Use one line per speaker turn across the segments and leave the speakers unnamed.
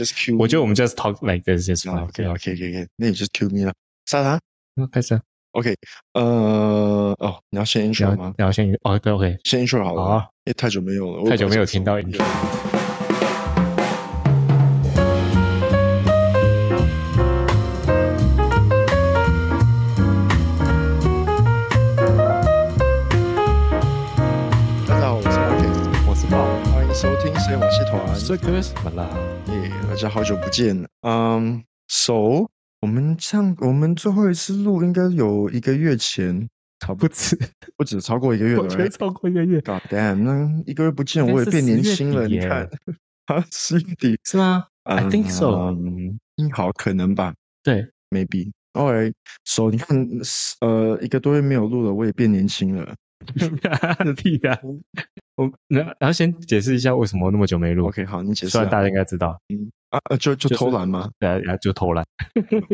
Just cue
我觉得我们 just talk like this is fine.
OK OK OK OK，那你就 cue me 了，莎莎。
那开始啊，
呃，哦，你要先
然
intro
后
吗？
然后先哦对 OK，
先 intro 好了，
好啊
因为太久没有了，我
太久没有听到
本来想说
intro。
大家好，我是 Alex，我是豹，欢迎收听《谁往戏团》。
这个什么啦？
耶大家好久不见了。嗯、s o 我们上我们最后一次录应该有一个月前，
好不止，
不止超过一个月了
我觉得
right？
超过一个月
God damn！那一个月不见，
应该
我也
是
变
10
年
月
轻了。
底
你
耶
看， 啊，十月底
是吗？I think so。
嗯，好，可能吧
对，
，maybe。Alright，so 你看，呃，一个多月没有录了，我也变年轻了。
屁呀！我然后然后先解释一下为什么那么久没录。
OK，好，你解释
虽
啊、
然大家应该知道，
啊，呃就就
就是
偷懒吗？
对啊，然后就偷懒，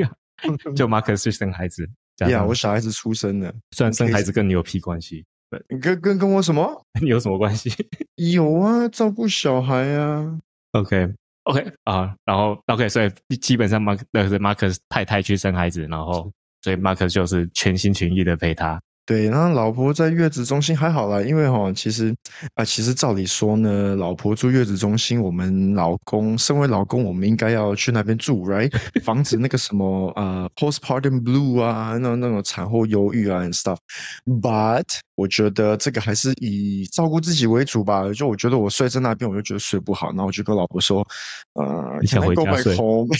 就马克思生孩子，这
呀，
样
我小孩子出生了，
虽然生孩子跟你有屁关系，
跟跟跟我什么？
你有什么关系
有啊，照顾小孩啊。
？OK OK 啊，然后 OK，所以基本上马克那是马克思太太去生孩子，然后所以马克就是全心全意的陪她。
对，然后老婆在月子中心还好啦，因为哈、其实啊、其实照理说呢，老婆住月子中心，我们老公身为老公，我们应该要去那边住，right？防 止那个什么呃 postpartum blue 啊，那那种产后忧郁啊 and stuff。But 我觉得这个还是以照顾自己为主吧。就我觉得我睡在那边，我就觉得睡不好，然后我就跟老婆说，呃
你想
，Can I
回
go
家
back
睡
home？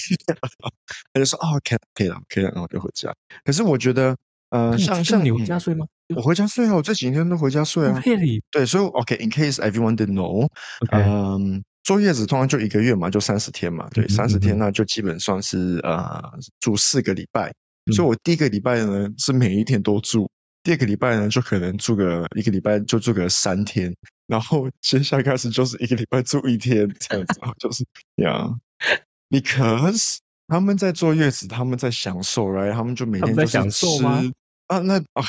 他就说哦，可以可以了，可以了，然后我就回家。可是我觉得，呃，像像
你回
嗯
家睡吗？
我回家睡啊，我这几天都回家睡啊。
Really？
对，所以 OK，in、case everyone didn't know，嗯，
哎呃
坐月子通常就一个月嘛，就三十天嘛，对，
嗯哼
三十
嗯
天
哼
那就基本上是呃住四个礼拜，
嗯
所以我第一个礼拜呢是每一天都住，第二个礼拜呢就可能住个一个礼拜就住个三天，然后接下来开始就是一个礼拜住一天 这样子，然后就是呀、b e c a u s e 他们在坐月子，他们在享受，right？他们就每
他
天就
们在
是
享受吗
吃啊，那啊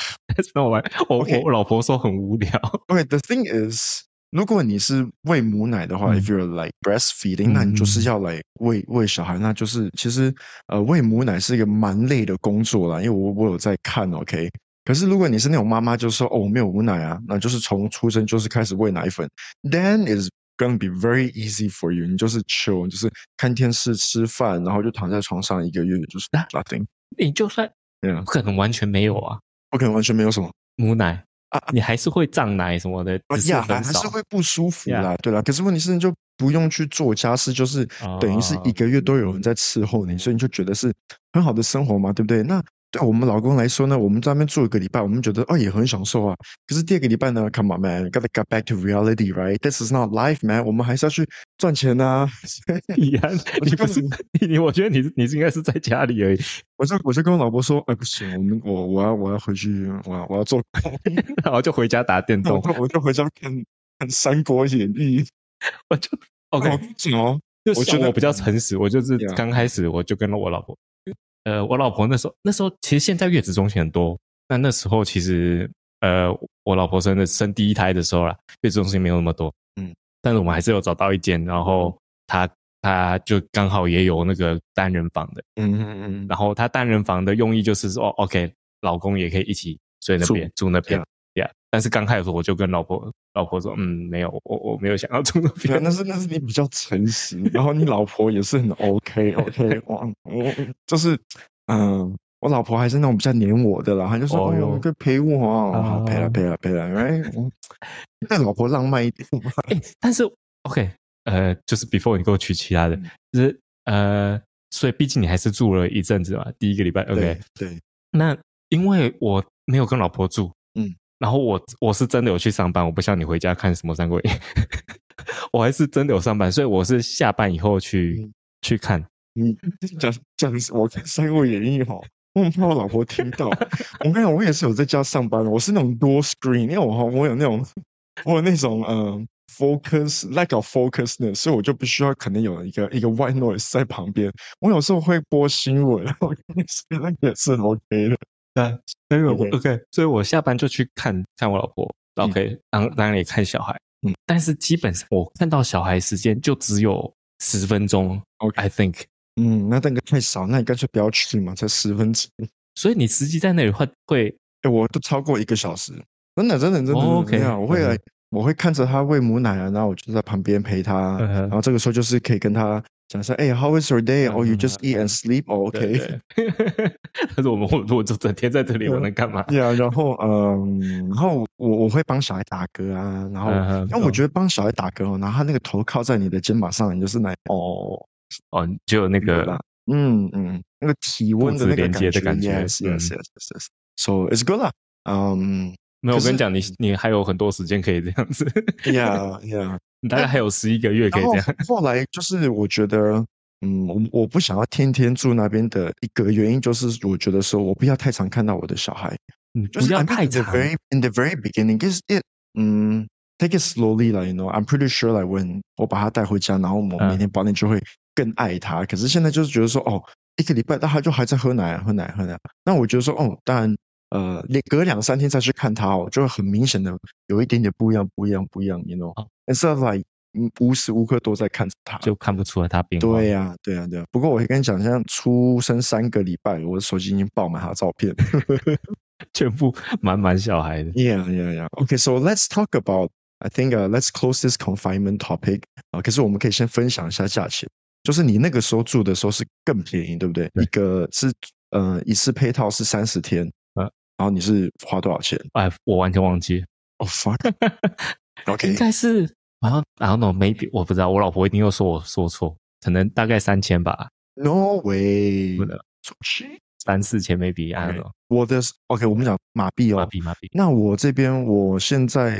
那我我
OK
我老婆说很无聊。
OK，the、thing is，如果你是喂母奶的话、
嗯
i f you're like breastfeeding，、那你就是
嗯
要来喂喂小孩，那就是其实呃喂母奶是一个蛮累的工作啦，因为我我有在看，OK。可是如果你是那种妈妈，就说哦我没有母奶啊，那就是从出生就是开始喂奶粉，then is gonna be very easy for you，你就是 chill，你就是看电视、吃饭，然后就躺在床上一个月，就是 nothing，
你就算
对啊
不，可能完全没有啊，
不可能完全没有什么。
母奶
啊啊
你还是会胀奶什么的，
啊
只是
呀，还
很
还
少
是。会不舒服
Yeah
啦对啦。可是问题是，你就不用去做家事，就是等于是一
啊
个月都有人在伺候你，所以你就觉得是很好的生活嘛，对不对？那对我们老公来说呢，我们在那边住一个礼拜，我们觉得哦也很享受啊。可是第二个礼拜呢，Come on man，gotta get back to reality, right? This is not life, man。我们还是要去赚钱呐、 所以
依然，
我
你
就
不
跟
是你你，我觉得你是你是应该是在家里而已，
我就我就跟我老婆说，哎不行，我们我我要我要回去，我要我要做工，
然后就回家打电动
我。就我就回家看看《三国演义》。
我就
我
OK，
跟你讲哦，
就
我
像
觉得
我比较诚实，我就是
对啊
刚开始我就跟了我老婆，呃，我老婆那时候那时候其实现在月子中心很多，那那时候其实呃，我老婆生的生第一胎的时候啦，月子中心没有那么多，
嗯，
但是我们还是有找到一间，然后她她就刚好也有那个单人房的，
嗯嗯嗯。
然后她单人房的用意就是说、哦、，OK，老公也可以一起睡那边住那边。Yeah，但是刚开始的时候我就跟老婆老婆说，嗯，没有，我我没有想要住那
对啊，
边。
那是那是你比较诚实，然后你老婆也是很 OK OK，哇，我就是嗯，我老婆还是那种比较黏我的啦，她就说
哦
哦，
哟
你可以陪我哦，好陪了
啊
陪了陪了，哎，我 那老婆浪漫一点，
哎，但是 OK，呃，就是 before 你给我取其他的，
嗯
就是呃，所以毕竟你还是住了一阵子嘛，第一个礼拜
对
OK。
对，
那因为我没有跟老婆住，
嗯，
然后我我是真的有去上班，我不像你回家看什么三国演 义，我还是真的有上班，所以我是下班以后去、
嗯
去看。
你讲讲我看《三国演义》哈。我很怕我老婆听到。我跟你讲，我也是有在家上班的，我是那种 dual screen，因为我哈，我有那种，我有那种嗯 focus lack of focusness，所以我就必须要可能有一个一个 white noise 在旁边。我有时候会播新闻， 我跟你说那个也是 OK 的。
对，所以我
OK
OK，所以我下班就去看看我老婆，OK，当当然也看小孩，
嗯，
但是基本上我看到小孩时间就只有十分钟
OK
，I think。
嗯，那蛋糕太少，那你干脆不要去嘛，才十分之一。
所以你实际在那里会会
哎，我都超过一个小时，真的，真的，真的，
哦
真的
OK，
真的我会来
嗯，
我会看着他喂母奶啊，然后我就在旁边陪他，
嗯哼
然后这个时候就是可以跟他讲一下，哎，How is your day? Oh, you
嗯
just eat and sleep. Oh, OK.
对对 他说我们我我就整天在这里，我能干嘛？
对啊，然后嗯，然后我我会帮小孩打嗝啊，然后
嗯哼
但我
懂
觉得帮小孩打嗝哦，然后他那个头靠在你的肩膀上，你就是那哦，
哦，就有那
对
个
吧？嗯嗯，那个体温的
肚子
那个
连接的
感
感觉
，yes yes
嗯
yes yes yes。So it's good 啦，嗯
没
可
有。我
是
跟你讲，你你还有很多时间可以这样子，
，yeah yeah。
你大概还有十一个月可以
然
这
后
样。
后来就是我觉得，嗯，我我不想要天天住那边的一个原因就是，我觉得说我不要太常看到我的小孩，
你
就
不
是
要
I mean,
太
in the
长，
very in the very beginning, because it 嗯。Take it slowly 了，you know. I'm pretty sure, like when 我把他带回家，然后我
嗯
每天保你就会更爱他。可是现在就是觉得说，哦，一个礼拜，但他就还在喝奶啊，喝奶啊，喝奶啊。那我觉得说，哦，当然，呃，连隔两三天再去看他哦，就会很明显的有一点点不一样，不一样，不一样，you know
哦。
Instead of like 嗯无时无刻都在看着他。
就看不出来他变化。
对呀、啊对呀、对呀、不过我会跟你讲，像出生三个礼拜，我的手机已经爆满他的照片。
全部满满小孩的。
Yeah, yeah, yeah. Okay, so let's talk about. I think, uh, let's close this confinement topic. 啊，可是我们可以先分享一下价钱。就是你那个时候住的时候是更便宜，对不对？
对
一个是呃一次配套是三十天，
嗯
然后你是花多少钱？
哎，我完全忘记了，
哦、fuck.
应
OK，
该是好像 I don't know maybe 我不知道，我老婆一定又说我说错，可能大概三千吧，
no way，
不能
出去。
三四千 maybe I don't
OK
know。
我的 OK，我们讲马币
麻
哦。
痹麻痹，
那我这边我现在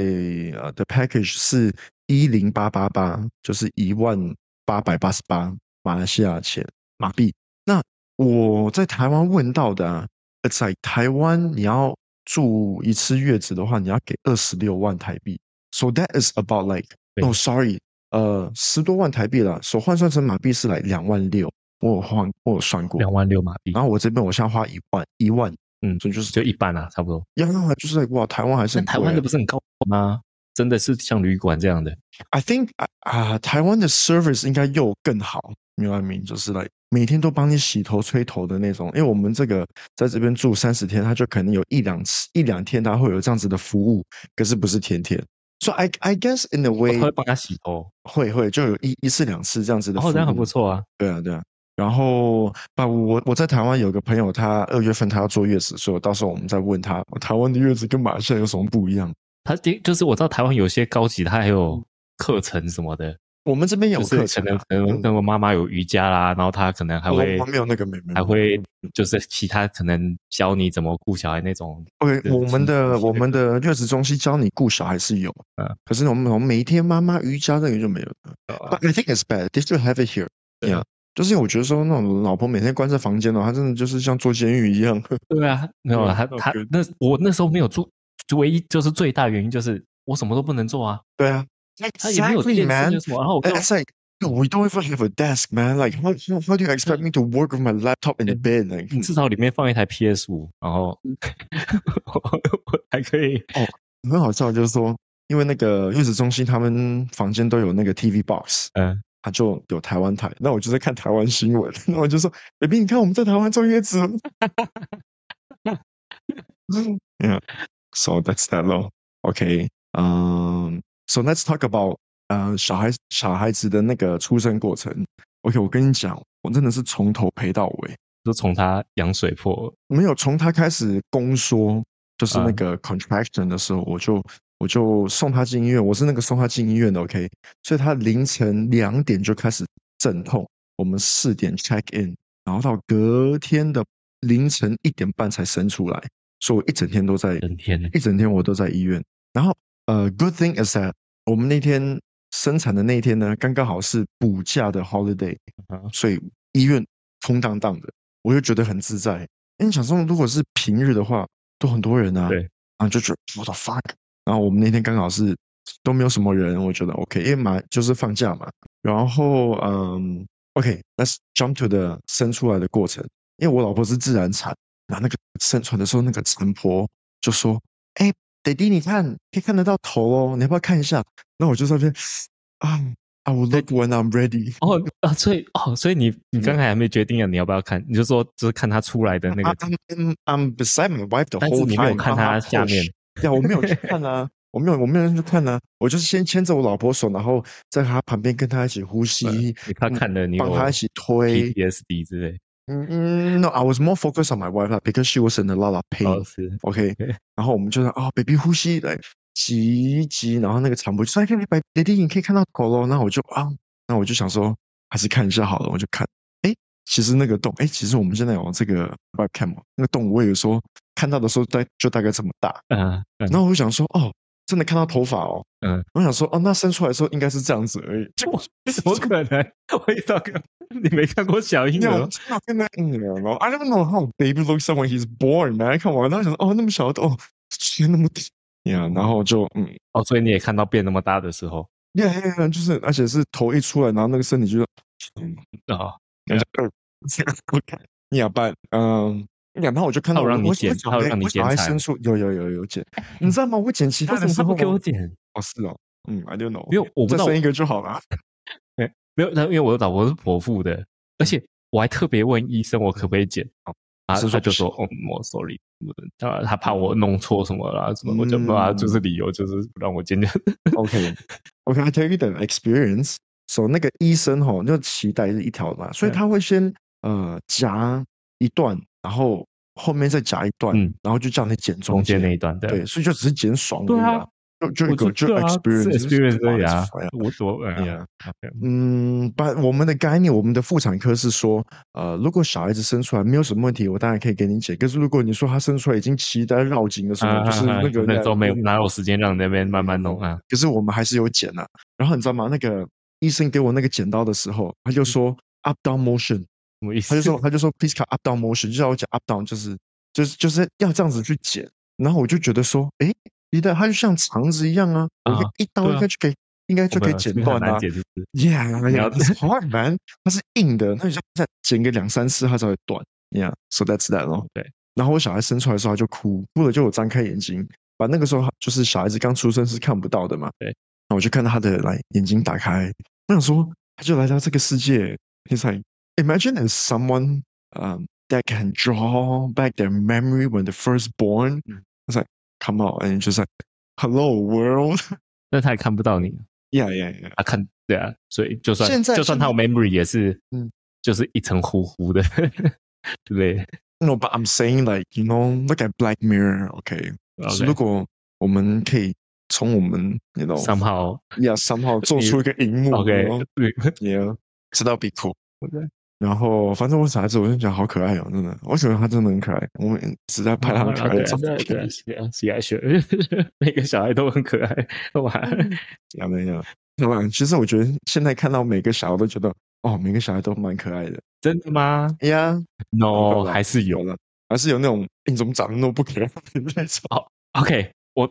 呃的 package 是一零八八八，就是一万八百八十八马来西亚钱马币。那我在台湾问到的、啊，在台湾你要住一次月子的话，你要给二十六万台币。So that is about like
对
no sorry，呃，十多万台币了，所换算成马币是来两万六。我有换，我有算过。
两万六麻
然
痹，
后我这边我现在花一万，一万，
嗯
所以就是
就一半啊，差不多。
要让它就是哇，台湾还是
但
很
台
贵
湾
啊
的不是很高吗？真的是像旅馆这样的，
I think 啊、啊，台湾的 service 应该又更好，明白明？就是来每天都帮你洗头、吹头的那种。因为我们这个在这边住三十天，他就可能有一两次、一两天他会有这样子的服务，可是不是天天。So I I guess in a
我
way
哦会帮他洗头，
会会就有一一次两次这样子的
然
服务，
后这样很不错啊。
对啊，对啊。然后，把我我在台湾有个朋友，他二月份他要坐月子，所以我到时候我们再问他，台湾的月子跟马来西亚有什么不一样？
他的就是我知道台湾有些高级，它还有课程什么的，
我们这边有
就
课
是
程啊、
可能可能跟我妈妈有瑜伽啦，然后她可能还
我
会
我没有那个没没
还
没
会就是其他可能教你怎么顾小孩那种，
OK，
对
我们
是
的
是
我
这
们的月子中心教你顾小孩是有，
嗯
可是我们我们每一天妈妈瑜伽那个就没有了。
啊
But I think it's bad. They still have it here.
对
Yeah，就是因为我觉得说那种老婆每天关在房间哦，她真的就是像坐监狱一样。
对啊，没有
对
啊他
那
他
我觉得
那我那时候没有做，唯一就是最大原因就是我什么都不能做啊，
对啊
他也没有
，Exactly,
电视
man.
有什么，然后我就
And It's like no, we don't even have a desk, man. Like how how, how do you
嗯
expect me to work with my laptop in the bed? Like
至少里面放一台 PS 五，然后我 我还可以
很好笑，就是说，因为那个月子中心他们房间都有那个 TV box，
嗯，
他就有台湾台，那我就在看台湾新闻， 那我就说，baby，你看我们在台湾坐月子了，Yeah, so that's that low. OK，嗯、s o let's talk about 呃小孩小孩子的那个出生过程。OK，我跟你讲，我真的是从头陪到尾。
就从他羊水破，
没有从他开始宫缩，就是那
嗯
个 contraction 的时候，我就我就送他进医院，我是那个送他进医院的，OK，所以他凌晨两点就开始阵痛，我们四点 check in，然后到隔天的凌晨一点半才生出来，所以我一整天都在
人天
一整天我都在医院。然后呃，good thing is that 我们那天生产的那一天呢，刚刚好是补假的 holiday，
啊，
所以医院空荡荡的，我就觉得很自在。因为你想说，如果是平日的话，都很多人啊，
对
然后就觉得 what the fuck。然后我们那天刚好是都没有什么人，我觉得 OK，因为嘛就是放假嘛。然后嗯，OK，let's、jump to the 生出来的过程，因为我老婆是自然产，然后那个生产的时候，那个产婆就说：“哎、d a d d y 你看可以看得到头哦，你要不要看一下？”那我就在那边啊。 I will look when I'm ready。
哦啊，所以哦，所以你你刚才还没决定啊，你要不要看？你就说就是看他出来的 那个
I'm I'm I'm beside my wife the
但是
whole
你
time。啊
没有看他下面。
呀，我没有去看啊，我没有，我没有去看啊，我就是先牵着我老婆手，然后在她旁边跟她一起呼吸，
你他看呃了你有
帮她一起推。
PTSD 之类，
嗯嗯，No, I was more focused on my wife lah because she was in a lot of
哦
pain.
是
OK，然后我们就说哦，baby 呼吸来挤一挤，然后那个长辈就说哎，baby baby，你可以看到狗咯。那我就啊，那我就想说还是看一下好了，我就看。哎，其实那个洞，哎，其实我们现在有这个 webcam，哦那个洞我也说看到的时候大就大概这么大。
啊，嗯
然后我就想说哦，真的看到头发哦，
嗯，
我想说哦，那生出来的时候应该是这样子而已。结 果
怎么可能？我一到个你没看过小婴
那
儿
我？真的跟那婴儿吗？I 哦 don't know how baby looks like when he's born, man。看我，然后想说哦，那么小的哦，天那么低呀，然后就嗯。
哦，所以你也看到变那么大的时候
呀呀呀！就是，而且是头一出来，然后那个身体就是，嗯，
啊，
然后就呃 这样我看，呀吧，嗯，呀，然后我就看
他
到我
有让你
我
剪
我小
他有
孩
让你
我小
剪
孩
彩
伸
吗
出，有有有有剪，你知道吗？我剪其他
为
的
什么
时
他不
候
给
啊
我剪？
哦，是哦，嗯，I don't know，
因为我不知
再
道
生一个就好了。啊
没有，那因为我的老婆是剖腹的，
嗯
而且我还特别问医生我可不可以剪，啊，
是说
他
不
就说哦，我 sorry，他他怕我弄错什么啦，什么，我就
嗯
啊，就是理由就是不让我剪掉。
OK，OK，I tell you the experience。So 那个医生吼，就脐带是一条嘛，所以
嗯
他会先呃夹一段，然后后面再夹一段
嗯，
然后就叫你剪中
中间
间
那一段对
对，所以就只是剪爽而
对
已
啊
啊，就就一
我
个
就
就
对啊
experience
是
就是
experience 而已
fun
啊
as fuck，
无所谓啊
Yeah。嗯，把我们的概念，我们的妇产科是说，呃，如果小孩子生出来没有什么问题，我当然可以给你解。可是如果你说他生出来已经脐带绕颈了什么，就是那个
啊那时候没有
那个
哪有时间让你那边慢慢弄啊，
可是我们还是有剪啊。然后你知道吗？那个医生给我那个剪刀的时候，他
嗯
就说 up down motion，
什么意
他
思
就？ 说他就说 please cut up down motion，就让我讲 up down，就是就是就是要这样子去剪。然后我就觉得说，诶，你的它就像肠子一样啊，我
啊
可以一刀
对
应
啊
该就可以，应该就可以剪断
难
啊。
解就是
Yeah,
你要
yeah, it's hard, man. 它是硬的，那你就再剪个两三次，它才会断。Yeah, so that's that 咯。
对。
然后我小孩生出来的时候，他就哭，哭了就有张开眼睛。把那个时候他就是小孩子刚出生是看不到的嘛。
对。
那我就看到他的来眼睛打开，我想说，他就来到这个世界。He's like, imagine as someone, um, that can draw back their memory when they're first born.
嗯
It's like, come on, and just like, hello world.
那他也看不到你
Yeah, yeah, yeah.
啊，看对啊，所以就算
现在
就算他有 memory 也是，
嗯
就是一层糊糊的， 对
No, but I'm saying like you know, look at Black Mirror. OK，
不
就是
对
如果我们可以从我们 you know
？somehow
yeah somehow 做
你
出一个荧幕
OK，对
yeah，知道 be cool。
OK
然后反正我小孩子我就觉得好可爱哦，真的，我觉得他真的很可爱。我们只在拍他很可爱的照
对啊对啊
片，
对啊，喜爱学， 每个小孩都很可爱，哇，
这样那样。对吧？其实我觉得现在看到每个小孩都觉得，哦，每个小孩都蛮可爱的。
真的吗
哎呀，
？No，
有啦
还是有
有。了，还是有那种哎你怎么长得那么不可爱的那种。
OK，我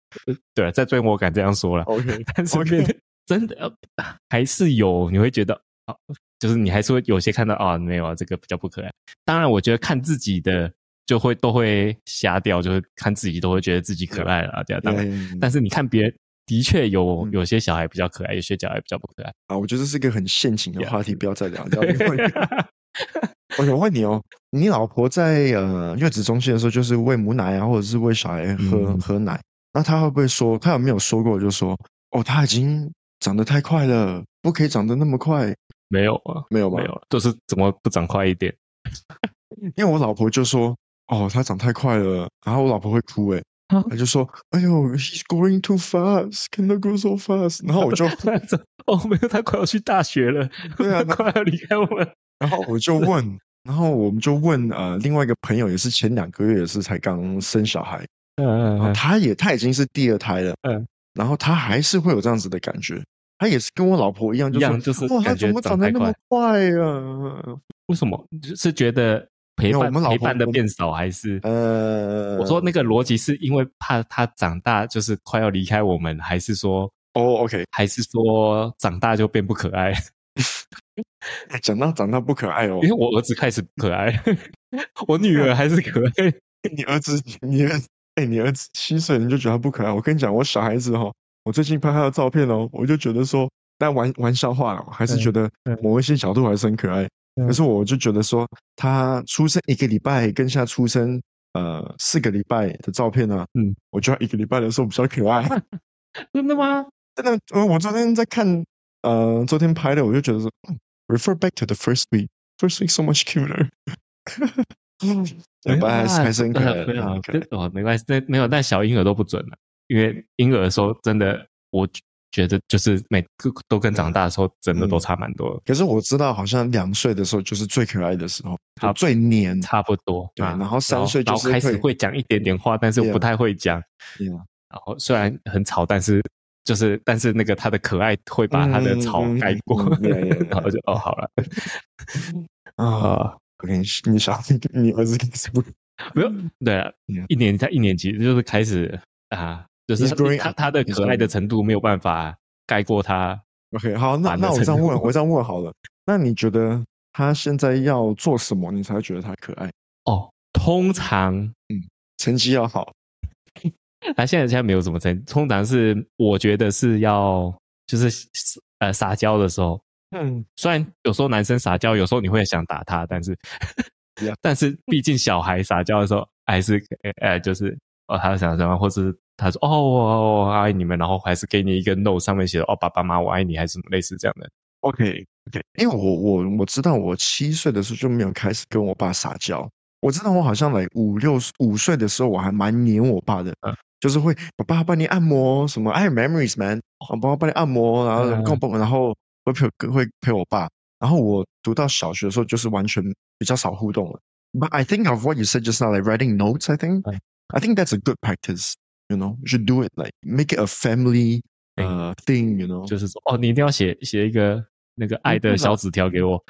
对啊在追我敢这样说了，
OK，
但是
哦 OK
真的呃还是有，你会觉得啊，就是你还是会有些看到啊，没有啊，这个比较不可爱。当然，我觉得看自己的就会都会瞎掉，就是看自己都会觉得自己可爱了啊，对啊，当然。
Yeah，yeah，yeah
但是你看别人，的确有
嗯
有些小孩比较可爱，有些小孩比较不可 爱。
啊，我觉得这是一个很陷阱的
Yeah
话题，不要再 聊。聊另外一个我想问你哦，你老婆在呃月子中心的时候，就是喂母奶啊，或者是喂小孩喝、
嗯
喝奶，那她会不会说，她有没有说过，就说哦，她已经长得太快了，不可以长得那么快？
没有啊，
没有吧？
没有，就是怎么不长快一点？
因为我老婆就说，哦，她长太快了，然后我老婆会哭、欸，
啊
她就说，哎呦，she's going too fast，cannot go so fast。然后我就，
哦，没有，他快要去大学了，
对 啊那
快要离开我们。
然后我就问，然后我们就问呃，另外一个朋友也是前两个月也是才刚生小孩，
嗯嗯
然后他也他已经是第二胎了，
嗯，
然后他还是会有这样子的感觉，他也是跟我老婆一样，
一
就
样
说
就是
哇，他
感
怎
觉
么长
太
得那么
快。
快啊？
为什么？就是觉得陪
没有
伴
哎我们老
陪
婆
伴
我
的
们
变少，还是？
呃，
我说那个逻辑是因为怕他长大就是快要离开我们，还是说
哦，OK，
还是说长大就变不可爱？
哎讲到长大不可爱哦
因为，我儿子开始不可爱， 我女儿还是可爱。
你儿子你儿子哎，你儿子七岁你就觉得他不可爱，我跟你讲，我小孩子哦，我最近拍他的照片哦，我就觉得说但玩玩笑话了，我还是觉得
对
某一些角度还是很可爱。
嗯
可是我就觉得说，他出生一个礼拜跟下出生呃四个礼拜的照片呢、啊
嗯，
我觉得一个礼拜的时候比较可爱。
真的吗？
真的，呃我昨天在看呃昨天拍的，我就觉得说、嗯、，refer back to the first week，first week so much cuter。
嗯没有
还是
啦
还是很可爱的，
没有
很
啊
可爱的，
就哦，没关系，那没有，但小婴儿都不准了，因为婴儿的时候真的，我觉得就是每个都跟长大的时候真的都
嗯
差蛮多的，
可是我知道，好像两岁的时候就是最可爱的时候，
差
就
不
最黏。
差不多。
对，
啊
然后三岁
然
就
后
是
开始会讲一点点话，但是我不
Yeah
太会讲。
Yeah
然后虽然很吵，但是就是但是那个他的可爱会把他的吵
嗯嗯嗯
盖过，
嗯，yeah, yeah, yeah
然后就哦好了
啊。
啊，
我跟你说你小孩，你儿子跟你说，
没有对啊
Yeah，
一年他一年级就是开始啊，就是
He's growing
他
up.
他的
He's
可爱的
growing up.
程度没有办法盖过他
OK，好，那
懒得
那我这样
承认
问，我这样问好了。那你觉得他现在要做什么，你才会觉得他可爱？
哦。通常
成绩要好，
他现在现在没有什么成，通常是我觉得是要就是呃撒娇的时候，
嗯，
虽然有时候男生撒娇，有时候你会想打他，但是
Yeah.
但是毕竟小孩撒娇的时候还是呃呃就是哦他想什么，或是他说哦我我我爱你们，然后还是给你一个 note 上面写的哦爸爸妈妈我爱你，还是什么类似这样的。
OK OK，因为我我我知道我七岁的时候就没有开始跟我爸撒娇，我知道我好像来五六五岁的时候我还蛮黏我爸的，
嗯
就是会爸爸帮你按摩什么，I have memories man，我爸爸帮你按摩，然后
嗯
跟我帮我，然后会陪我会陪我爸，然后我读到小学的时候就是完全比较少互动了。But I think of what you said just now, like writing notes. I think
嗯
I think that's a good practice. You know, you should do it like make it a family
Thing.
uh thing. You know.
就是说哦你一定要写写一个那个爱的小纸条给我，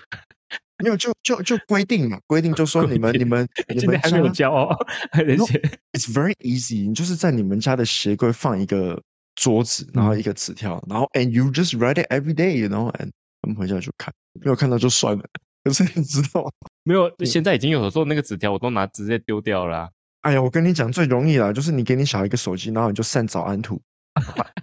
没有，就就就规定嘛，规定就说
规
你们你
定
们你
今天
们
还没有
家
交哦，还得写
it's very easy，你就是在你们家的鞋柜放一个桌子，然
嗯
后一个纸条，然后 and you just write it every day，you know，and 他们回家就看，没有看到就算了。可是你知道，
没有，现在已经有时候那个纸条我都拿直接丢掉了啊、
哎呀，我跟你讲最容易啦，就是你给你小孩一个手机，然后你就散早安图，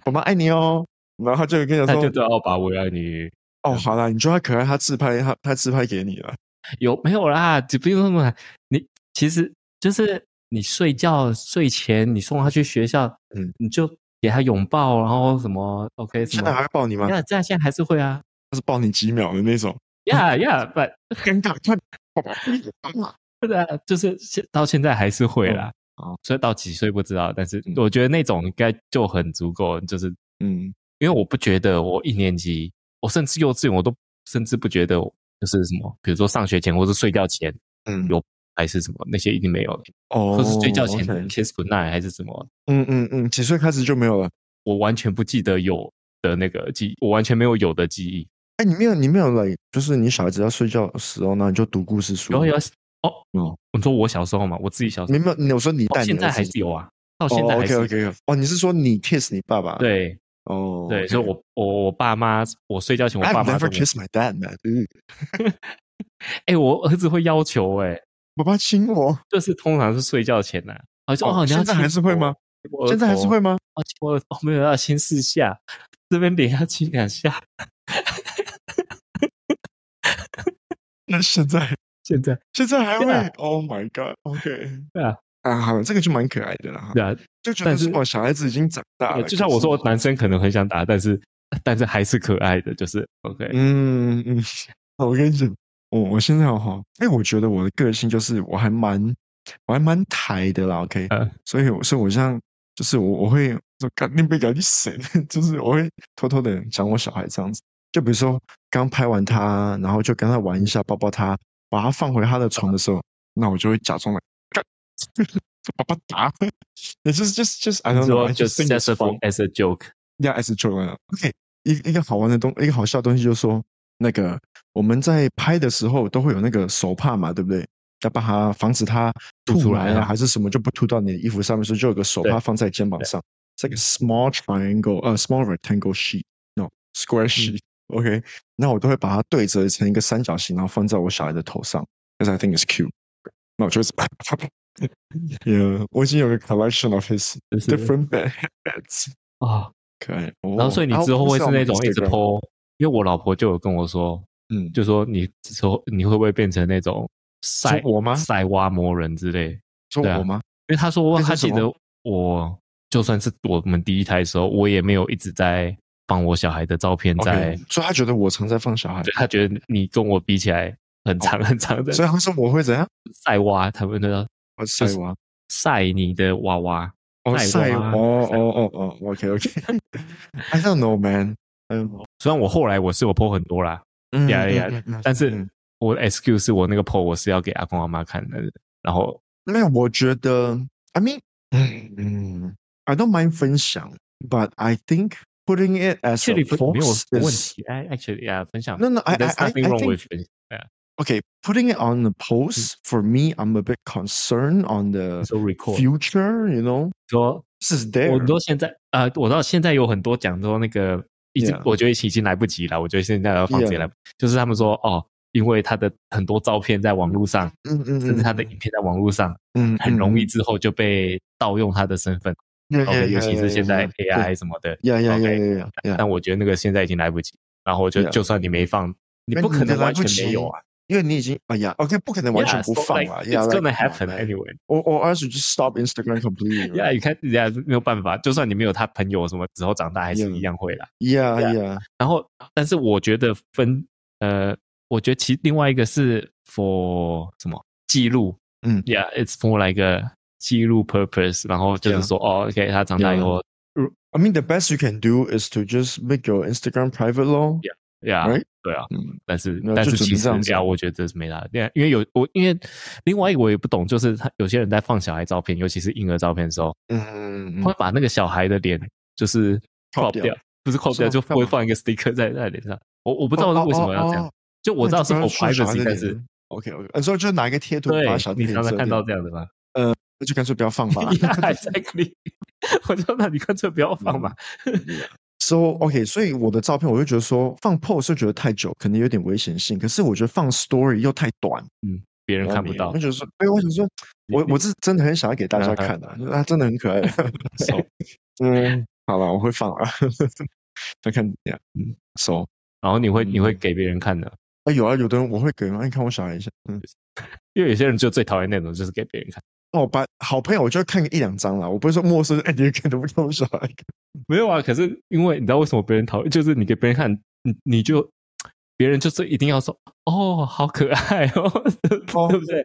我们爱你哦，然后他就会跟你
他就
说，
知道哦爸我爱你。
哦，好啦，你叫他可爱，他自拍，他他自拍给你了。
有没有啦？只不用那么，你其实就是你睡觉睡前，你送他去学校，
嗯，
你就给他拥抱，然后什么 OK 什
现在还
么，
会抱你吗？
呀，这样现在还是会啊，
他是抱你几秒的那种，
呀呀，不，
尴尬，快，爸爸，
不然啊就是现到现在还是会啦。
哦好
所以到几岁不知道，但是
嗯
我觉得那种应该就很足够，就是
嗯，
因为我不觉得我一年级，我甚至幼稚园我都甚至不觉得我就是什么，比如说上学前或是睡觉前
嗯
有还是什么那些一定没有的。
哦，
或是睡觉前
OK
kiss good night 还是什么，
嗯嗯嗯，几岁开始就没有了？
我完全不记得有的那个记忆，我完全没有有的记忆。
哎，你没有，你没有来，就是你小孩子要睡觉的时候，那你就读故事书。
然后有
嗯
哦，你说我小时候嘛，我自己小时
你
候，
没有？你我说你
到
带你
哦现在
儿子
还是有啊，到
哦
现在还是有。
OK OK 哦，你是说你 kiss 你爸爸？，
对
哦，
对，所以我我我爸妈，我睡觉前我爸
I've
妈都
never
没有，
kissed my dad, man。嗯，
哎，我儿子会要求，哎，
爸爸亲我，
就是通常是睡觉前呐，好像
哦
哦，你要
现在还
亲
是会
我
吗？现在还是会吗？
哦，亲我的头没有要亲四下，这边脸要亲两下。
那现在
现在
现在还会
Yeah
？Oh my god！OK，
对啊
啊，好了，这个就蛮可爱的啦，哈
对啊，
就觉
但
得
是
说哇，小孩子已经长大
对
了。可
就像我
是
说，男生可能很想打，但是但是还是可爱的，就是 OK。
嗯嗯，我跟你讲，我我现在哦哈，因为我觉得我的个性就是我还蛮我还蛮台的啦，OK，、
嗯
所以我所以我像就是我我会说干你被搞你神， 就是我会偷偷的讲我小孩这样子，就比如说刚拍完他，然后就跟他玩一下，抱抱他，把他放回他的床的时候，那我就会假装的干， 把爸打， 也就是就是 just I don't
说
know，I
就
just
s
think
u
it's
c
fun。
as a joke，
要 S 就 OK，一一个好玩的东，一个好笑的东西，就是说那个我们在拍的时候都会有那个手帕嘛，对不对？要把它防止它
吐出
吐
来
啊，
啊
还是什么就不吐到你的衣服上面，所以就有个手
对
帕放在肩膀上。这个 small triangle，呃，small rectangle sheet，no
嗯
square sheet，OK，、那我都会把它对折成一个三角形，然后放在我小孩的头上，because I think it's cute。那我就是 ，Yeah，我已 经有个 collection of his
就是
different bed- beds，
啊。
可爱。
然后所以你之后会是那种一直
抛。
po 因为我老婆就有跟我说，
嗯，
就说你说你会不会变成那种晒
说我吗
晒蛙魔人之类？因
说
对啊
我吗？
为她说
变成
她记
什
得
么
我就算是我们第一胎的时候，我也没有一直在放我小孩的照片
o k
在
所以他觉得我常在放小孩，
对她觉得你跟我比起来很长很长的
所以他说我会怎样？
晒蛙，他们都要
我晒
就是
娃，
晒你的娃娃。
哦
晒
晒
娃
哦
晒
哦哦哦，OK OK 。I don't know, man. 嗯
虽然我后来我是有 po 很多啦，
嗯
呀
嗯
呀
嗯嗯
但是
嗯
我的 excuse 是我那个 po 我是要给阿公阿妈看的，然后
没有，我觉得，I mean，嗯，I don't mind 分享，but I think putting it as
确
a
实没有
force
问
is
题。哎，actually 呀，分享
no no I I
there's
I,
nothing
I
wrong
think
with Mm. it.
okay putting it on the post for me I'm a bit concerned on the
So record
future you know
说，
this is
我
there
都现在呃，我到现在有很多讲说那个已经
Yeah
我觉得已经来不及了，我觉得现在要放弃
Yeah
来不，就是他们说哦，因为他的很多照片在网络上，
嗯嗯
甚至他的影片在网络上，
嗯
很容易之后就被盗用他的身份，
yeah,
然后
yeah,
尤其
yeah,
是
yeah,
现在
yeah,
AI 什么的，
yeah yeah
OK
yeah yeah yeah yeah
但我觉得那个现在已经来不及。然后就
Yeah
就算你没放，你
那
不可
你的
能
来
完
不
全没
及
有啊，
因为你已经哎呀 OK 不可能完全
Yeah,
不
so,
放
like,
了
It's
yeah
gonna
like
happen anyway.
or or else you just stop Instagram completely
Yeah，
right?
你看人家没有办法，就算你没有他朋友什么，之后长大还是一样会啦。
yeah
Yeah.
yeah
然后，但是我觉得分呃，我觉得其另外一个是 for 什么记录，
嗯
，Yeah，it's for 来个记录 purpose，然后就是说哦，OK，他长大以后
I mean, the best you can do is to just make your Instagram private, lor. Mm-hmm.
Yeah. Yeah，
Right？
对啊
嗯，
但是
那
但
就是只能
其实
这样子啊
呀，我觉得这是没啦，对啊，因为有我因为另外一个我也不懂，就是他有些人在放小孩照片，尤其是婴儿照片的时候，
嗯，
会把那个小孩的脸就是 crop
Crop
掉
掉，
不是 crop 掉，
是
就
吗干
会
嘛
放一个 sticker 在在脸上。我我不知道
哦
为什么要这样，
哦哦哦
就我知道是
那
for
你就干脆小孩
privacy，
的
但
脸
是
OK OK，你说就拿一个贴图
对
把小
你
弟
常常看到这样的吗？
那就干脆不要 放吧。
还在 click，我 说那你干脆不要放嘛。
So OK，所以我的照片我就觉得说放 post 就觉得太久，可能有点危险性。可是我觉得放 story 又太短，
别人
你知道
看不
吗
到嗯
我，觉得说，哎，我想说，我我是真的很想要给大家看的、啊，就是它真的很 可爱。
手
嗯，好了，我会放啊，再看怎样。嗯，So，
然后你会你会
嗯
给别人看的，
哎，有啊，有的人我会给吗？你看我小孩一下，嗯。
因为有些人就最讨厌那种就是给别人看。
哦，把好朋友我就看个一两张啦，我不会说陌生人，哎，你看都不看我小孩看，
没有啊，可是因为你知道为什么别人讨厌，就是你给别人看，你你就别人就是一定要说哦，好可爱哦，
哦
对不对？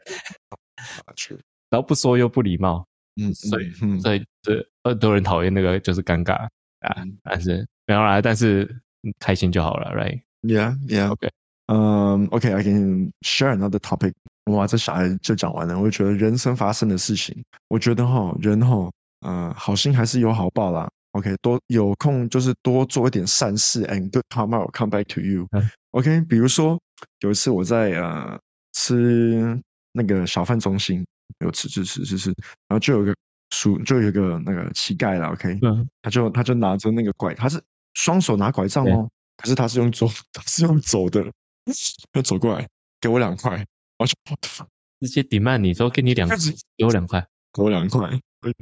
去，
然后不说又不礼貌，
嗯，
所以
嗯，
所以这很多人讨厌那个就是尴尬啊
嗯。
但是没有啦，但是嗯开心就好了，right？
yeah yeah
OK
嗯、OK，I can share another topic。哇，这小孩就讲完了，我就觉得人生发生的事情，我觉得哈，人哈，嗯、好心还是有好报啦。OK，多有空就是多做一点善事，and good karma will come back to you
嗯。
OK，比如说有一次我在呃吃那个小贩中心，有吃吃吃吃吃，然后就有一个叔，就有一个那个乞丐啦 OK，
嗯，
他就他就拿着那个拐，他是双手拿拐杖
对
哦，可是他是用走， 他是用走的， 他走过来给我两块，我就 what the fuck，
直接 demand 你说给你 两
开始
给我两块，
给我两块，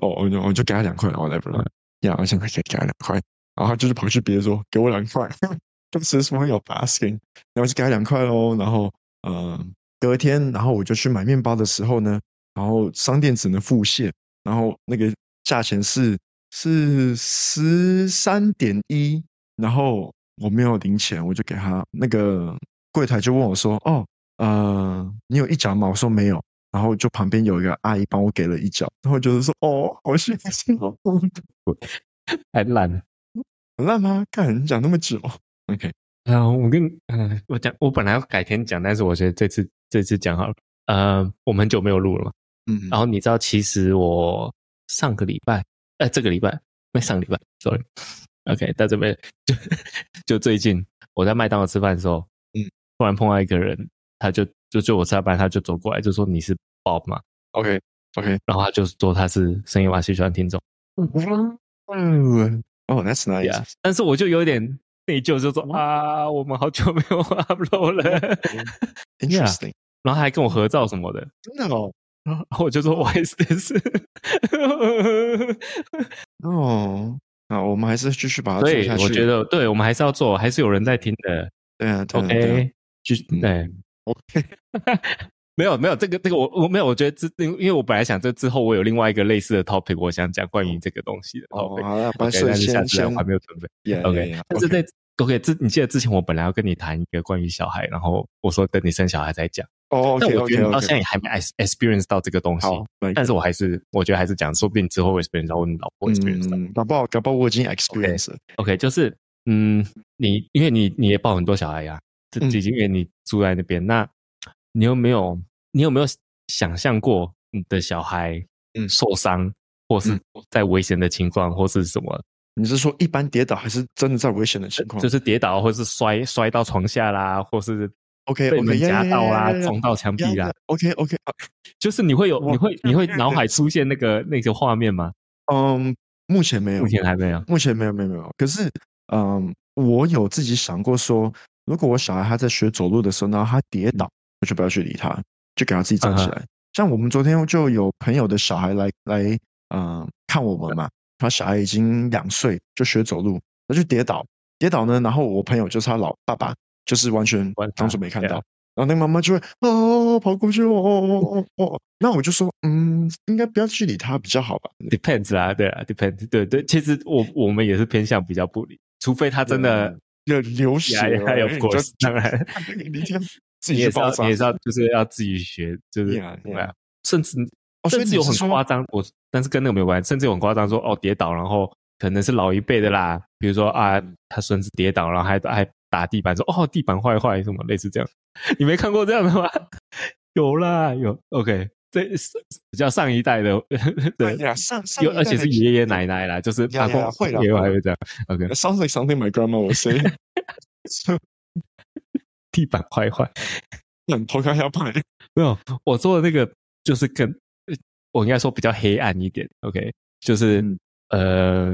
哦，我就我就给他两块，whatever，呀，我想给给他两块，然后他就是跑去别人说给我两块 ，this is what you're asking，然后我就给他两块喽，然后嗯、呃隔天，然后我就去买面包的时候呢，然后商店只能付现，然后那个价钱是是十三点一，然后我没有零钱，我就给他那个柜台就问我说，哦，呃，你有一角吗？我说没有，然后就旁边有一个阿姨帮我给了一角，然后我就是说，哦，好 幸福，
哦太烂了。
很烂吗？看你讲那么久，OK，
啊，我跟嗯、我讲，我本来要改天讲，但是我觉得这次这次讲好了。呃，我们很久没有录了嘛。
嗯，
然后你知道，其实我上个礼拜，呃，这个礼拜，没上个礼拜，sorry，OK，、到这边就就最近我在麦当劳吃饭的时候，
嗯，
突然碰到一个人，他就就就我吃到饭，他就走过来就说你是 Bob 嘛，
OK OK，
然后他就说他是深夜瓦戏喜欢听众，
嗯，哦，That's
Yeah，
nice，
但是我就有点内疚，就说啊，我们好久没有 upload
嗯
了，
interesting，
然后还跟我合照什么的，
真的哦，
然 后我就说 Why is this？
哦，啊，我们还是继续把它
所
做
以
下去。
我觉得，对我们还是要做，还是有人在听 的。
对啊，对啊对啊
OK，就对，OK，没有没有这个这个我我没有，我觉得之因为因为我本来想这之后我有另外一个类似的 topic，我想讲关于这个东西的
哦，
topic，
好了，把
OK，
所以
但嗯是下
先
次
先
我还没有准备。
Yeah,
OK，
yeah, yeah,
但是
OK
在 OK 之你记得之前我本来要跟你谈一个关于小孩，然后我说等你生小孩再讲，
哦
但
，OK
我
OK
觉得你到
OK，
现在也还没 ex- experience 到这个东西，
好，来
但是我还是我觉得还是讲，说不定之后会 experience 到，我你老婆 experience 到。
嗯，搞不好搞不好我已经 experience 了，
OK，就是嗯，你因为你你也抱很多小孩呀、这
嗯
这因为你住在那边，那你有没有你有没有想象过你的小孩
嗯
受伤，或是
嗯
在危险的情况，或是什么，
你是说一般跌倒还是真的在危险的情况？
就是跌倒，或是摔摔到床下啦，或是
OK
被
OK，
门夹到啊啦，
呀啊
撞到墙壁啦，
OK OK，
就是你会有
我
你会你会
对
脑海出现那个那个画面吗？
嗯，目前没有
目，前还没有。
目前没有没有没有。可是，嗯，我有自己想过说，如果我小孩他在学走路的时候，然后他跌倒，我就不要去理他，就给他自己站
嗯
起
哼
来。像我们昨天就有朋友的小孩来来，嗯、看我们嘛，他小孩已经两岁，就学走路，他就跌倒，跌倒呢，然后我朋友就是他老爸爸，就是完全
观察
当做没看
对啊
到。然后那个妈妈就会哦跑过去哦哦哦哦，那我就说嗯，应该不要去理他比较好吧。
depends 啦，对啊，depends，对对，其实我我们也是偏向比较不理，除非他真的
有流血
呀呀
了
，of
你就
course，当然，
明天自
你
己去
也是要
包扎
你也是要就是要自己学，就是
呀
对
呀
啊，甚至
哦所以
甚至
你
有
是
很
说
夸张，我但是跟那个没有关系，甚至有很夸张说哦跌倒，然后可能是老一辈的啦，比如说啊
嗯
他孙子跌倒，然后还还打地板说哦地板坏坏什么类似这样， 你没看过这样的吗？ 有啦，有 OK，这是比较上一代的
对
对。
呀，上上
有，
一
而
代
且
的
是爷 爷奶奶啦，就是
呀
阿
呀
公
会啦会
也有还
啦
会这样。OK，
That sounds like something my grandma would say
地板坏坏。
很头 开要拍，
没有，我做的那个就是跟呃我应该说比较黑暗一点。OK，就是、
嗯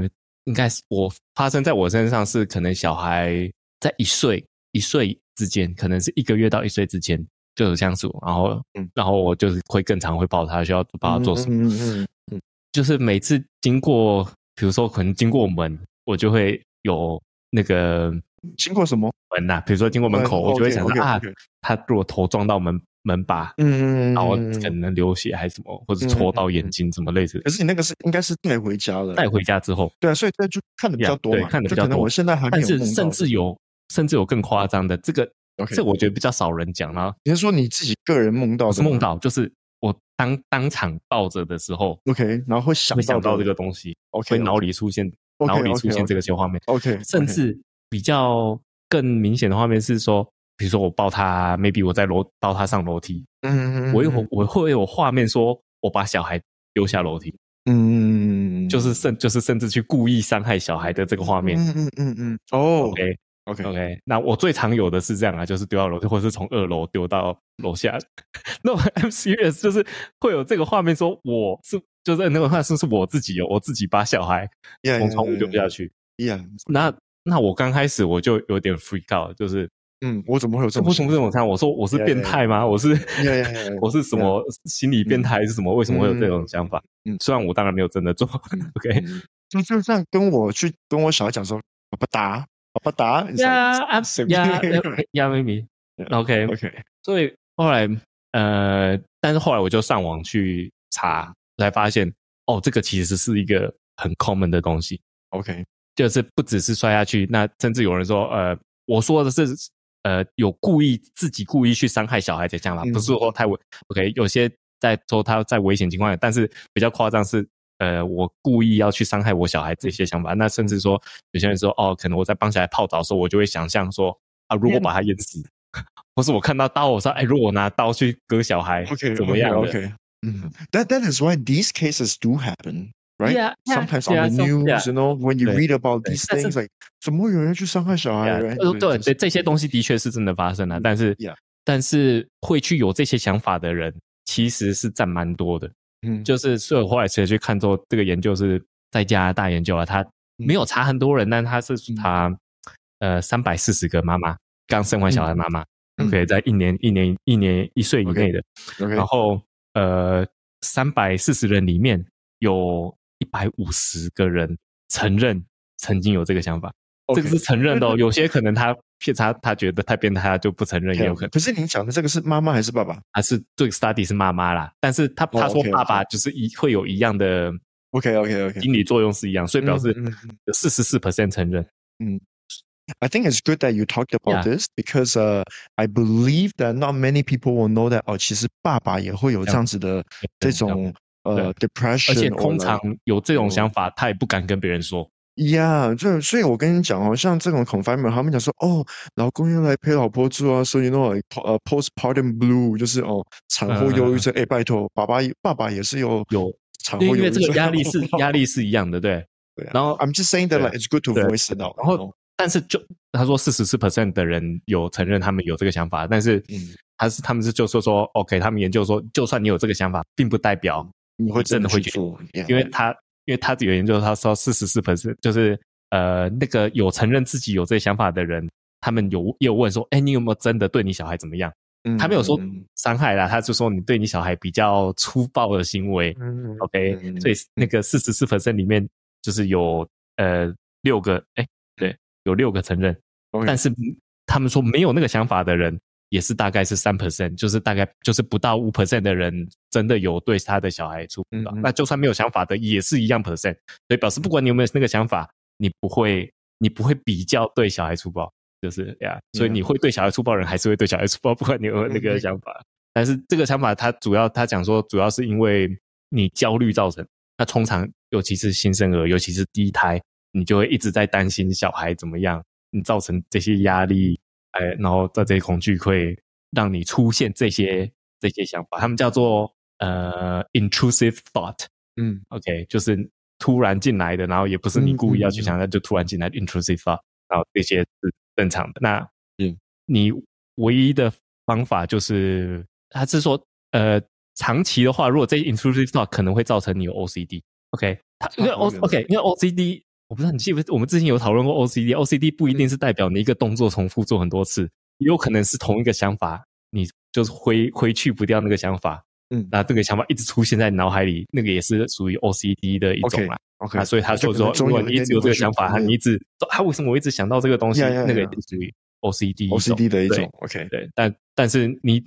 呃，应该是我发生在我身上是可能小孩在一岁一岁之间，可能是一个月到一岁之间就有相处，然后、
嗯
然后我就是会更常会抱他，需要帮他做什么。
嗯嗯嗯
就是每次经过，比如说可能经过门，我就会有那个
嗯，经过什么？
门呐、比如说经过门口，
嗯
我就会想说
OK，OK，
啊
OK，
他如果头撞到门门把，
嗯，
然后
嗯嗯
可
嗯
能流血还是什么，或者戳到眼睛什么类似的
可。是你那个是应该是带回家了，
带回家之后，
对啊，所以这就看的比
呀
较多
对
嘛，
看得
就
比较
可能
多
我现在还没
但
有
是
梦
甚
到
至有甚至有更夸张的，这个
OK
这我觉得比较少人讲啦。
你是说你自己个人梦到
我
的
是
吗
梦到，就是我当当场抱着的时候，
？OK，然后会想
会想
到
到
的
这个东西，
OK，
会脑里出现
OK，
脑里
OK，
出现
OK
这个些画面，
OK，
甚至比较更明显的画面是说，比如说我抱他，maybe 我在楼抱他上楼梯，
嗯，嗯
我有我会有画面说我把小孩丢下楼梯，
嗯，嗯
就是甚就是甚至去故意伤害小孩的这个画面。
嗯嗯嗯嗯，哦
OK
OK
OK，那我最常有的是这样啊，就是丢到楼梯，或者是从二楼丢到楼下。 那、no, I'm serious，就是会有这个画面，说我是就是那个画是是我自己有，我自己把小孩
Yeah，
从窗户
yeah，yeah，
丢下去。
，Yeah，
那那我刚开始我就有点 freak out，就是
嗯，我怎么会有这
这
种
为什
想
么
法？
这种看？我说我是
Yeah,
变态吗？我是
yeah, yeah, yeah.
我是什么心理变态还是什么？为什么会有这种想法？
嗯嗯嗯
虽然我当然没有真的 做。OK，
嗯就就像跟我去跟我小孩讲说，我不打，我不打，你
呀啊
随便
呀呀，maybe
Yeah,
OK，
OK，
所以后来呃，但是后来我就上网去查，才发现哦，这个其实是一个很 common 的东西，
OK，
就是不只是摔下去，那甚至有人说呃，我说的是。呃，有故意自己故意去伤害小孩这样啦，
嗯
不是说太危 OK，有些在说他在危险情况下，但是比较夸张是，呃，我故意要去伤害我小孩这些想法。那甚至说，有些人说，哦，可能我在帮小孩泡澡的时候，我就会想象说，啊，如果把他淹死， 或是我看到刀，我说，哎，如果我拿刀去割小孩
OK，
怎么样的
OK，嗯，That that is why these cases do happen. Right,
Yeah, yeah,
sometimes
yeah,
on the
so-
news,
yeah.
you know, when you
对
read about
对
these
但是
things, like 怎么有人去伤害小孩
Yeah，
？right？
呃对
就是
对，这些东西的确是真的发生了、但是
Yeah
但是会去有这些想法的人，其实是占蛮多的。
嗯，
就是所以我后来其实去看之后，这个研究是在加拿大研究啊，他
嗯
没有查很多人，但他是查呃三百四十个妈妈刚生完小孩的妈妈，
嗯
可以在一年一年一年一岁以
OK
内的，
OK，
然后呃三百四十人里面有一百五十个人承认曾经有这个想法，这
OK
个是承认 的哦。有些可能他骗他，他觉得太变态，他就不承认，也有可能。
可是你讲的这个是妈妈还是爸爸
他是这个 study 是妈妈啦，但是他
哦
他说
OK，OK
爸爸就是一会有一样的
？OK OK OK，
心理作用是一样，所以表示
嗯嗯嗯
有四十四 percent 承认。
I think it's good that you talked about
Yeah.
this because uh, I believe that not many people will know that 哦，其实爸爸也会有这样子的这种呃 depression，
而且
or
通
like-
常有这种
嗯
想法，他也不敢跟别人说。
Yeah，就所以，我跟你讲哦，像这种 confinement，他们讲说，哦，老公要来陪老婆住啊，所以那种呃 postpartum blue，就是哦，产后忧郁症。哎、拜托，爸爸也爸爸也是有
嗯有
产后
因
忧
为
郁
因
症，
为这个压力是压力是一样的，对。
对啊
然后
I'm just saying that
对
like it's good to
对
voice it out。
然后，但是就他说四十四 percent 的人有承认他们有这个想法，但是
嗯
他是他们是就说说 OK，他们研究说，就算你有这个想法，并不代表，
你会
真的会
去
去
做
因为
，yeah，
他因为他有研究，他说四十四 percent 就是呃那个有承认自己有这个想法的人，他们有也有问说，哎，你有没有真的对你小孩怎么样？
嗯
他没有说
嗯
伤害啦，他就说你对你小孩比较粗暴的行为，
嗯
OK，、
嗯
所以那个四十四 percent 里面就是有呃六个，哎、对，有六个承认
OK
但是他们说没有那个想法的人也是大概是三 percent，就是大概就是不到五 percent 的人真的有对他的小孩出
嗯
到，
嗯
那就算没有想法的也是一样 percent，所以表示不管你有没有那个想法，你不会你不会比较对小孩粗暴，就是呀所以
Yeah
你会对小孩粗暴的人还是会对小孩粗暴，不管你有没有那
嗯
个
嗯
想法。但是这个想法，它主要他讲说，主要是因为你焦虑造成。那通常，尤其是新生儿，尤其是第一胎，你就会一直在担心小孩怎么样，你造成这些压力，哎，然后在这些恐惧会让你出现这些这些想法，他们叫做呃 intrusive thought。
嗯
OK，就是突然进来的，然后也不是你
嗯
故意要去
嗯
想，那、就突然进来的 intrusive thought，然后这些是正常的。那
嗯
你唯一的方法就是，他是说，呃，长期的话，如果这些 intrusive thought 可能会造成你有 OCD。OK，它因为
差
O
不多了
OK，因为 OCD，我不知道你记不记，我们之前有讨论过 OCD，OCD 不一定是代表你一个动作重复做很多次，也有可能是同一个想法，你就是挥挥去不掉那个想法，
嗯
那这个想法一直出现在你脑海里，那个也是属于 OCD 的一种啦。
，OK，
啊，所以他
就
说
可能，
说如
终
果
有一
你一
天
直有这
会
个
去
想法，
忽略
你一直说啊，为什么我一直想到这个东西？
呀呀
那个也
呀
是属于 OCD 一种
OCD 的一
对
种，OK，
对，但但是你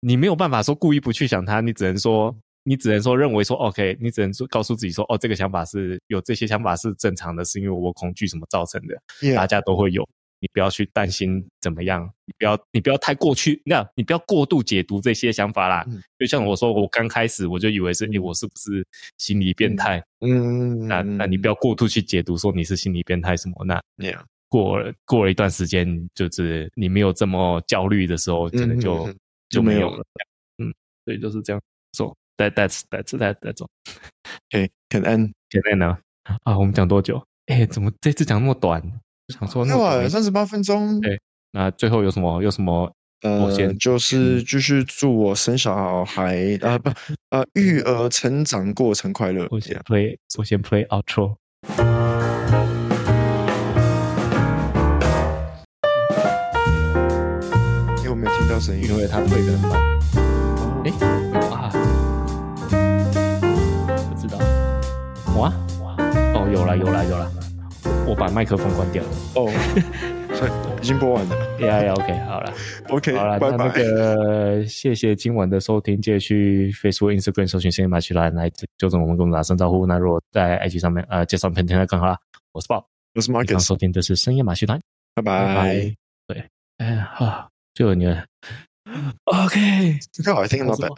你没有办法说故意不去想它，你只能说你只能说认为说 OK，你只能说告诉自己说哦，这个想法是有这些想法是正常的，是因为我恐惧什么造成的。大
Yeah，
家都会有。你不要去担心怎么样，你不要你不要太过去，那你不要过度解读这些想法啦。
嗯
就像我说，我刚开始我就以为是，诶，我是不是心理变态？
嗯，
那那你不
要
要过度去解读说你是心理变态什么。那
嗯，Yeah，
过了过了一段时间，就是你没有这么焦虑的时候，可能就、
嗯嗯嗯
就
就
没
没
有
有
了。嗯，所以就是这样。So that that's that's that that's all.
OK，Can end。
现在呢？啊，我们讲多久？哎，怎么这次讲那么短？就想说
没
哦那
有
么短
啊，
没
三十八分钟。
对那最后有什么有什么我
呃，
先嗯
就是就是祝我生小孩啊不呃育儿成长过程快乐。
我先
Yeah
play，我先 play outro。
因为我没有听到声音，
因为他会的很慢。哎啊，不知道。哇哇，哦，有了有了有了，我把麦克风关掉了。
哦，所以已经播完 了。
呀呀，OK，好了
OK，
好了，那
拜
那
拜。
个谢谢今晚的收听，继续 Facebook、Instagram 搜寻“深夜马戏团”来纠正我们跟我们打声招呼。那如果在 IG 上面呃介绍平台更好啦，我是豹，
我是
刚
Marcus，
收听的是深夜马戏团。
拜拜。
啊拜。对，哎，好，就你了。OK，
这个好像 not bad。